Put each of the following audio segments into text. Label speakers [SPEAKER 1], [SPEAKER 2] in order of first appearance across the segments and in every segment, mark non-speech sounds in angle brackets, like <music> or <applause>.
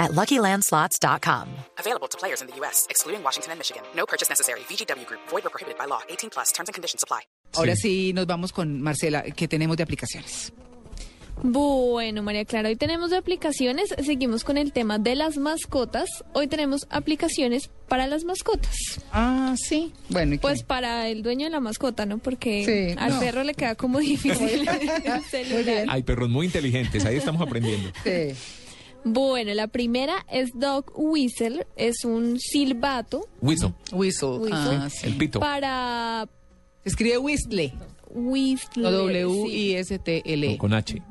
[SPEAKER 1] at luckylandslots.com.
[SPEAKER 2] Available to players in the U.S., excluding Washington and Michigan. No purchase necessary. VGW Group, void or prohibited by law. 18 plus terms and conditions apply.
[SPEAKER 3] Ahora sí. nos vamos con Marcela, que tenemos de aplicaciones.
[SPEAKER 4] Bueno, María Clara, hoy tenemos de aplicaciones, seguimos con el tema de las mascotas. Hoy tenemos aplicaciones para las mascotas.
[SPEAKER 3] Ah, sí. Bueno, ¿y qué?
[SPEAKER 4] Pues para el dueño de la mascota, ¿no? Porque
[SPEAKER 3] Sí,
[SPEAKER 4] al
[SPEAKER 3] no.
[SPEAKER 4] perro le queda como <laughs> difícil el celular.
[SPEAKER 5] Hay perros muy inteligentes, ahí estamos aprendiendo.
[SPEAKER 3] Sí.
[SPEAKER 4] Bueno, la primera es dog whistle, es un silbato
[SPEAKER 5] Whistle,
[SPEAKER 3] Whistle. Ah,
[SPEAKER 4] Whistle.
[SPEAKER 3] sí.
[SPEAKER 5] el pito.
[SPEAKER 4] para
[SPEAKER 3] Se escribe whistle.
[SPEAKER 4] whistle.
[SPEAKER 3] No,
[SPEAKER 4] sí.
[SPEAKER 3] W-I-S-T-L.
[SPEAKER 5] Con H.
[SPEAKER 3] E.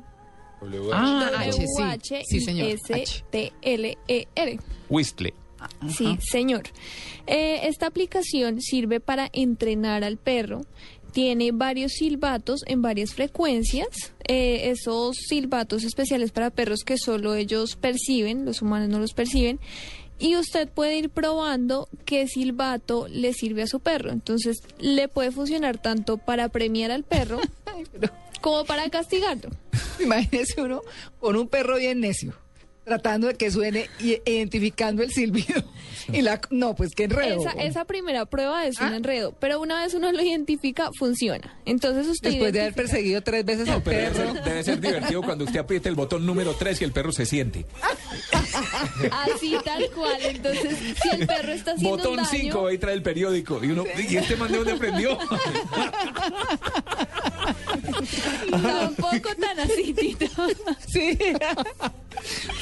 [SPEAKER 3] Ah, H, sí. Sí, señor. H. <laughs>
[SPEAKER 4] W-H-I-S-T-L-E-R.
[SPEAKER 5] Whistle.
[SPEAKER 4] Sí, señor. Eh, esta aplicación sirve para entrenar al perro. Tiene varios silbatos en varias frecuencias. Eh, esos silbatos especiales para perros que solo ellos perciben, los humanos no los perciben. Y usted puede ir probando qué silbato le sirve a su perro. Entonces, le puede funcionar tanto para premiar al perro
[SPEAKER 3] <laughs>
[SPEAKER 4] como para castigarlo.
[SPEAKER 3] Imagínese uno con un perro bien necio, tratando de que suene y identificando el silbido. Y la, no, pues qué enredo.
[SPEAKER 4] Esa, esa primera prueba es un
[SPEAKER 3] Ah.
[SPEAKER 4] enredo, pero una vez uno lo identifica, funciona. Entonces usted
[SPEAKER 3] Después de haber
[SPEAKER 4] identifica-
[SPEAKER 3] perseguido tres veces al
[SPEAKER 5] Pero debe
[SPEAKER 3] perro. <laughs>
[SPEAKER 5] ser, debe ser divertido cuando usted aprieta el botón número 3 y el perro se siente.
[SPEAKER 4] Así tal cual. Entonces, si el perro está haciendo un
[SPEAKER 5] Botón ¿eh?
[SPEAKER 4] daño,
[SPEAKER 5] 5, ahí trae el periódico. Y uno, ¿y este man de dónde aprendió?
[SPEAKER 4] <laughs> tampoco tan así, Tito.
[SPEAKER 3] Sí. <laughs>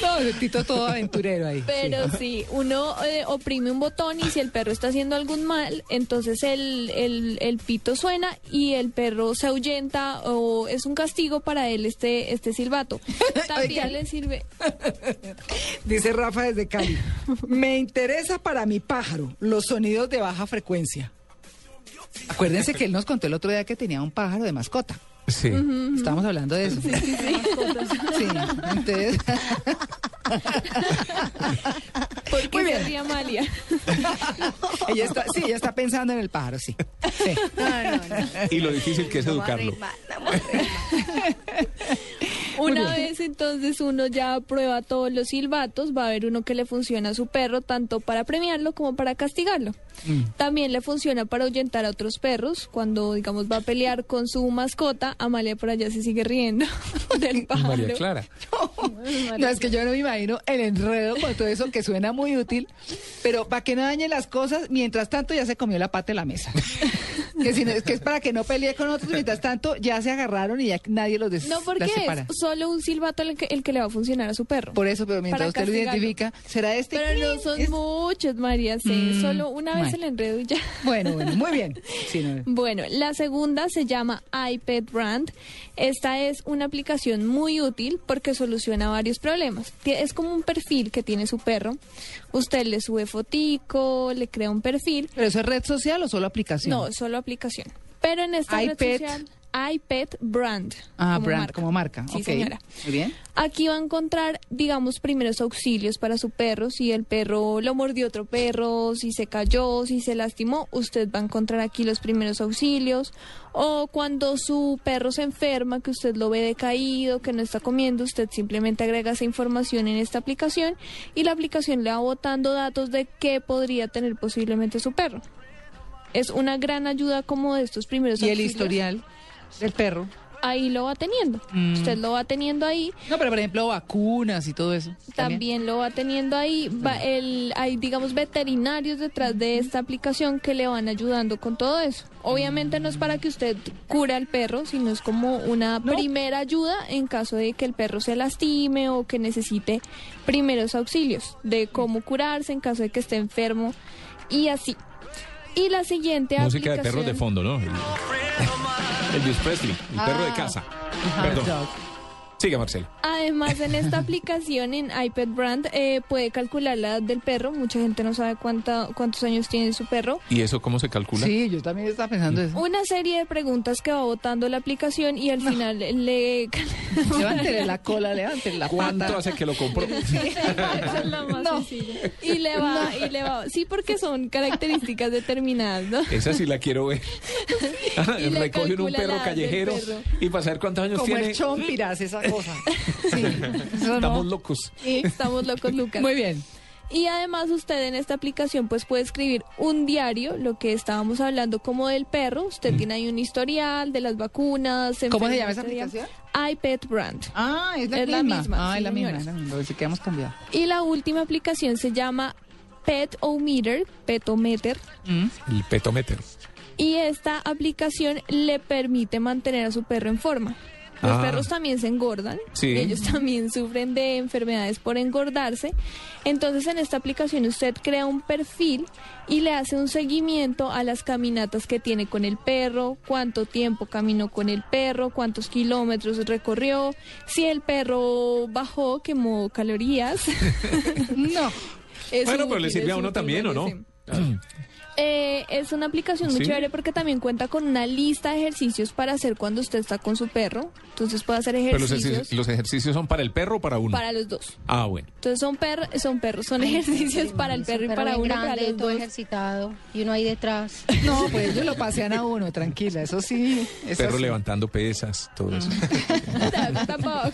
[SPEAKER 3] No, el Tito todo aventurero ahí.
[SPEAKER 4] Pero sí, uno eh, oprime un botón y si el perro está haciendo algún mal, entonces el, el, el pito suena y el perro se ahuyenta o es un castigo para él este, este
[SPEAKER 3] <laughs>
[SPEAKER 4] silbato. También le sirve. <laughs>
[SPEAKER 3] Dice Rafa desde Cali. Me interesa para mi pájaro los sonidos de baja frecuencia. Acuérdense que él nos contó el otro día que tenía un pájaro de mascota.
[SPEAKER 5] Sí.
[SPEAKER 3] Estábamos hablando de eso. Sí, entonces, <laughs>
[SPEAKER 4] ¿Por
[SPEAKER 3] Muy
[SPEAKER 4] qué
[SPEAKER 3] bien.
[SPEAKER 4] se ríe Amalia?
[SPEAKER 3] ella está, sí, ella está pensando en el pájaro, sí. Sí.
[SPEAKER 5] Y lo difícil que es educarlo.
[SPEAKER 4] Una vez entonces uno ya prueba todos los silbatos, va a haber uno que le funciona a su perro tanto para premiarlo como para castigarlo. También le funciona para ahuyentar a otros perros. Cuando, digamos, va a pelear con su mascota, Amalia por allá se sigue riendo <laughs> del pájaro.
[SPEAKER 5] María Clara.
[SPEAKER 3] No, es que yo no me imagino el enredo con todo eso que suena muy útil, pero para que no dañe las cosas, mientras tanto ya se comió la pata de la mesa. Que, si no- es, que es para que no pelee con otros, mientras tanto ya se agarraron y ya nadie los des,
[SPEAKER 4] No, porque
[SPEAKER 3] las separa.
[SPEAKER 4] es solo un silbato el que, el que le va a funcionar a su perro.
[SPEAKER 3] Por eso, pero mientras
[SPEAKER 4] Para
[SPEAKER 3] usted lo
[SPEAKER 4] castigarlo.
[SPEAKER 3] identifica, será este.
[SPEAKER 4] Pero no son
[SPEAKER 3] Es-
[SPEAKER 4] muchos, María. sí,
[SPEAKER 3] Mm,
[SPEAKER 4] solo una vez
[SPEAKER 3] bueno.
[SPEAKER 4] el enredo y ya.
[SPEAKER 3] Bueno, bueno, muy
[SPEAKER 4] <laughs>
[SPEAKER 3] bien. Sí, no,
[SPEAKER 4] Bueno, la segunda se llama iPad Brand. Esta es una aplicación muy útil porque soluciona varios problemas. Tie- Es como un perfil que tiene su perro. Usted le sube fotico, le crea un perfil.
[SPEAKER 3] ¿Pero eso es red social o solo aplicación?
[SPEAKER 4] No, solo aplicación. Pero en esta
[SPEAKER 3] iPad.
[SPEAKER 4] red social, iPad Brand.
[SPEAKER 3] Ah,
[SPEAKER 4] como
[SPEAKER 3] brand,
[SPEAKER 4] marca.
[SPEAKER 3] como marca.
[SPEAKER 4] Sí,
[SPEAKER 3] ok.
[SPEAKER 4] señora.
[SPEAKER 3] Muy bien.
[SPEAKER 4] Aquí va a encontrar, digamos, primeros auxilios para su perro. Si el perro lo mordió otro perro, si se cayó, si se lastimó, usted va a encontrar aquí los primeros auxilios. O cuando su perro se enferma, que usted lo ve decaído, que no está comiendo, usted simplemente agrega esa información en esta aplicación y la aplicación le va botando datos de qué podría tener posiblemente su perro. Es una gran ayuda como de estos primeros
[SPEAKER 3] Y el
[SPEAKER 4] auxilios.
[SPEAKER 3] historial del perro.
[SPEAKER 4] Ahí lo va teniendo.
[SPEAKER 3] Mm.
[SPEAKER 4] Usted lo va teniendo ahí.
[SPEAKER 3] No, pero por ejemplo, vacunas y todo eso.
[SPEAKER 4] También lo va teniendo ahí. Va el, hay, digamos, veterinarios detrás de esta aplicación que le van ayudando con todo eso. Obviamente no es para que usted cure al perro, sino es como una primera ayuda en caso de que el perro se lastime o que necesite primeros auxilios de cómo curarse en caso de que esté enfermo y así. Y la siguiente
[SPEAKER 5] Música de
[SPEAKER 4] aplicación.
[SPEAKER 5] perros de
[SPEAKER 4] Ah.
[SPEAKER 5] fondo, ¿no? El, el Elvis Presley, el perro de casa.
[SPEAKER 3] Hot
[SPEAKER 5] Perdón.
[SPEAKER 3] dog.
[SPEAKER 5] Sigue, Marcela.
[SPEAKER 4] Además, en
[SPEAKER 5] <laughs>
[SPEAKER 4] esta aplicación en iPad Brand eh, puede calcular la edad del perro. Mucha gente no sabe cuánta, cuántos años tiene su perro.
[SPEAKER 5] ¿Y eso cómo se calcula?
[SPEAKER 3] Sí, yo también estaba pensando eso.
[SPEAKER 4] Una serie de preguntas que va votando la aplicación y al final
[SPEAKER 3] <laughs>
[SPEAKER 4] le...
[SPEAKER 3] Levántele la cola, levántele la
[SPEAKER 5] ¿Cuánto
[SPEAKER 3] pata.
[SPEAKER 5] hace que lo
[SPEAKER 4] <laughs>
[SPEAKER 5] compró?
[SPEAKER 4] Esa es la más sencilla. Y le va, y le va. Sí, porque son características determinadas, ¿no?
[SPEAKER 5] Esa sí la quiero
[SPEAKER 4] <laughs>
[SPEAKER 5] ver. Ah,
[SPEAKER 4] Y le
[SPEAKER 5] Recogen un
[SPEAKER 4] calcula la
[SPEAKER 5] perro
[SPEAKER 4] edad del
[SPEAKER 5] callejero
[SPEAKER 4] perro.
[SPEAKER 5] y para saber cuántos años
[SPEAKER 3] Como
[SPEAKER 5] tiene.
[SPEAKER 3] el chompiras, esa
[SPEAKER 4] <laughs>
[SPEAKER 3] cosa. Sí, eso no.
[SPEAKER 5] Estamos locos.
[SPEAKER 4] Y estamos locos, Lucas.
[SPEAKER 3] Muy bien.
[SPEAKER 4] Y además usted en esta aplicación pues puede escribir un diario, lo que estábamos hablando como del perro. Usted tiene ahí un historial de las vacunas.
[SPEAKER 3] Mm. ¿Cómo se llama esa
[SPEAKER 4] enfermedades de- iPad Brand.
[SPEAKER 3] Ah, es la,
[SPEAKER 4] Es la
[SPEAKER 3] misma.
[SPEAKER 4] misma,
[SPEAKER 3] Ah,
[SPEAKER 4] sí,
[SPEAKER 3] es la misma,
[SPEAKER 4] señores.
[SPEAKER 3] es la misma. Lo que hemos cambiado.
[SPEAKER 4] Y la última aplicación se llama Petometer, Petometer.
[SPEAKER 5] El petómetro.
[SPEAKER 4] Y esta aplicación le permite mantener a su perro en forma. Los
[SPEAKER 5] Ah.
[SPEAKER 4] perros también se engordan,
[SPEAKER 5] Sí.
[SPEAKER 4] ellos también <laughs> sufren de enfermedades por engordarse. Entonces en esta aplicación usted crea un perfil y le hace un seguimiento a las caminatas que tiene con el perro, cuánto tiempo caminó con el perro, cuántos kilómetros recorrió, si el perro bajó, quemó calorías.
[SPEAKER 3] No.
[SPEAKER 4] Es
[SPEAKER 5] Bueno, pero
[SPEAKER 4] útil,
[SPEAKER 5] le sirve
[SPEAKER 4] es
[SPEAKER 5] a uno
[SPEAKER 4] útil,
[SPEAKER 5] también, ¿o no? Ah,
[SPEAKER 4] parece. Eh, es una aplicación muy
[SPEAKER 5] Sí.
[SPEAKER 4] chévere porque también cuenta con una lista de ejercicios para hacer cuando usted está con su perro. Entonces puede hacer
[SPEAKER 5] Pero los,
[SPEAKER 4] ejercicios
[SPEAKER 5] ejerci- los ejercicios son para el perro o para uno.
[SPEAKER 4] para los dos.
[SPEAKER 5] Ah, bueno.
[SPEAKER 4] Entonces son, per son perros, son ejercicios para el perro y para uno,
[SPEAKER 6] grande,
[SPEAKER 4] para los
[SPEAKER 6] todo
[SPEAKER 4] dos.
[SPEAKER 6] ejercitado y uno ahí detrás.
[SPEAKER 3] No, pues ellos lo pasean a uno, tranquila, eso sí. Eso
[SPEAKER 5] Perro
[SPEAKER 3] sí.
[SPEAKER 5] levantando pesas, todo eso.
[SPEAKER 4] Mm. <laughs> Tampoco.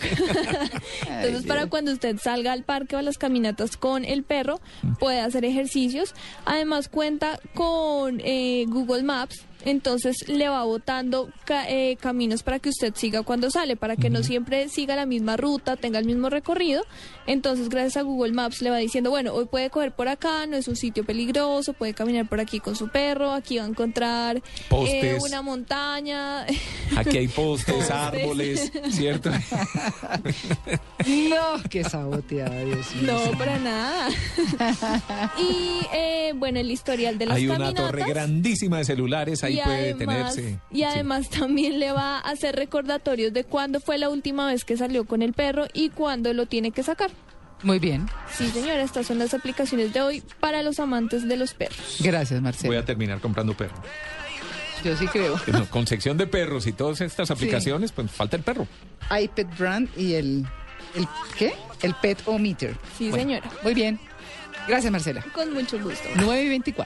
[SPEAKER 4] Entonces, para cuando usted salga al parque o a las caminatas con el perro, puede hacer ejercicios. Además, cuenta con eh, Google Maps. Entonces le va botando ca- eh, caminos para que usted siga cuando sale, para que no siempre siga la misma ruta, tenga el mismo recorrido. Entonces gracias a Google Maps le va diciendo, bueno, hoy puede coger por acá, no es un sitio peligroso, puede caminar por aquí con su perro, aquí va a encontrar eh,
[SPEAKER 5] Postes.
[SPEAKER 4] una montaña.
[SPEAKER 5] Aquí hay
[SPEAKER 4] <laughs>
[SPEAKER 5] postes,
[SPEAKER 4] Postes.
[SPEAKER 5] árboles, ¿cierto?
[SPEAKER 3] No, qué saboteada, Dios mío.
[SPEAKER 4] No, para nada. y eh, bueno, el historial de las
[SPEAKER 5] Hay una
[SPEAKER 4] caminatas.
[SPEAKER 5] torre grandísima de celulares, ahí
[SPEAKER 4] y
[SPEAKER 5] puede
[SPEAKER 4] además-
[SPEAKER 5] detenerse.
[SPEAKER 4] Y
[SPEAKER 5] Sí.
[SPEAKER 4] además también le va a hacer recordatorios de cuándo fue la última vez que salió con el perro y cuándo lo tiene que sacar.
[SPEAKER 3] Muy bien,
[SPEAKER 4] Sí, señora, estas son las aplicaciones de hoy para los amantes de los perros.
[SPEAKER 3] gracias,
[SPEAKER 5] Voy a
[SPEAKER 3] Marcela.
[SPEAKER 5] terminar comprando perro.
[SPEAKER 3] Yo sí creo.
[SPEAKER 5] No, con sección de perros y todas estas aplicaciones, pues falta el perro.
[SPEAKER 3] iPad Brand y el, el ¿qué? El Pet Ometer.
[SPEAKER 4] Sí, señora.
[SPEAKER 3] Muy bien. Gracias, Marcela.
[SPEAKER 4] Con mucho gusto.
[SPEAKER 3] 9 y 24.